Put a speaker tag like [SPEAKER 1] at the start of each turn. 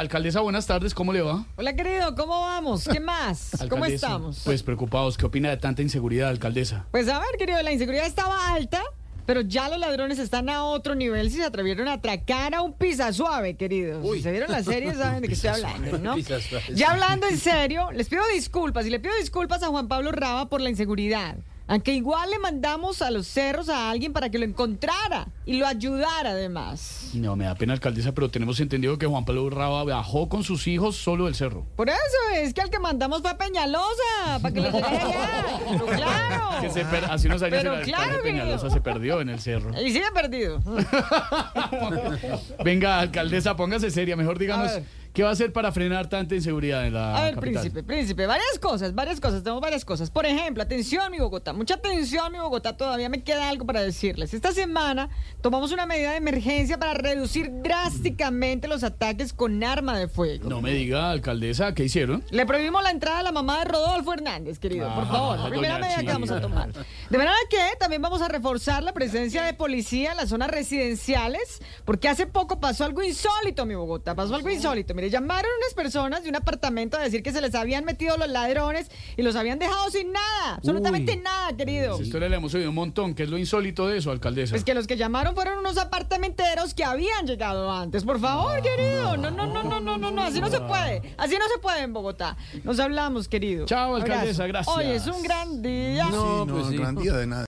[SPEAKER 1] Alcaldesa, buenas tardes, ¿cómo le va?
[SPEAKER 2] Hola querido, ¿cómo vamos? ¿Qué más? ¿Cómo
[SPEAKER 1] Alcaldesa,
[SPEAKER 2] estamos?
[SPEAKER 1] Pues preocupados, ¿qué opina de tanta inseguridad, alcaldesa?
[SPEAKER 2] Pues a ver querido, la inseguridad estaba alta, pero ya los ladrones están a otro nivel si se atrevieron a atracar a un pizza suave, querido. Si se vieron la serie saben de qué estoy hablando, ¿no? Ya hablando en serio, les pido disculpas y le pido disculpas a Juan Pablo Raba por la inseguridad. Aunque igual le mandamos a los cerros a alguien para que lo encontrara y lo ayudara además.
[SPEAKER 1] No, me da pena, alcaldesa, pero tenemos entendido que Juan Pablo Raba bajó con sus hijos solo del cerro.
[SPEAKER 2] Por eso es que al que mandamos fue a Peñalosa, para que lo tenga allá. Pero claro.
[SPEAKER 1] Que se per- Hace unos años
[SPEAKER 2] Pero
[SPEAKER 1] el alcalde
[SPEAKER 2] claro,
[SPEAKER 1] Peñalosa
[SPEAKER 2] querido.
[SPEAKER 1] se perdió en el cerro.
[SPEAKER 2] Y sigue perdido.
[SPEAKER 1] Venga, alcaldesa, póngase seria, mejor díganos,
[SPEAKER 2] A ver.
[SPEAKER 1] ¿qué va a hacer para frenar tanta inseguridad en la
[SPEAKER 2] A ver,
[SPEAKER 1] Ah, capital?
[SPEAKER 2] príncipe, príncipe, varias cosas, varias cosas, tenemos varias cosas. Por ejemplo, atención mi Bogotá, mucha atención mi Bogotá, todavía me queda algo para decirles. Esta semana tomamos una medida de emergencia para reducir drásticamente los ataques con arma de fuego.
[SPEAKER 1] No me diga, alcaldesa, ¿qué hicieron?
[SPEAKER 2] Le prohibimos la entrada a la mamá de Rodolfo Hernández, querido. por
[SPEAKER 1] Ah,
[SPEAKER 2] favor, la
[SPEAKER 1] doña
[SPEAKER 2] primera medida que
[SPEAKER 1] Chila.
[SPEAKER 2] vamos a tomar. De manera que también vamos a reforzar la presencia de policía en las zonas residenciales, porque hace poco pasó algo insólito, mi Bogotá. Pasó algo insólito. Mire, llamaron unas personas de un apartamento a decir que se les habían metido los ladrones y los habían dejado sin nada. Absolutamente nada, querido.
[SPEAKER 1] Esa historia la Pues hemos oído un montón, ¿qué es lo insólito de eso, alcaldesa?
[SPEAKER 2] Pues que los que llamaron fueron unos apartamenteros que habían llegado antes. Por favor,
[SPEAKER 1] Ah.
[SPEAKER 2] querido. No, no, no, no, no, no, no. Así no se puede. Así no se puede en Bogotá. Nos hablamos, querido.
[SPEAKER 1] Chao, alcaldesa,
[SPEAKER 2] Abrazo. Hoy es
[SPEAKER 1] gracias.
[SPEAKER 2] un gran día.
[SPEAKER 3] No, pues sí.
[SPEAKER 4] gran día de nada.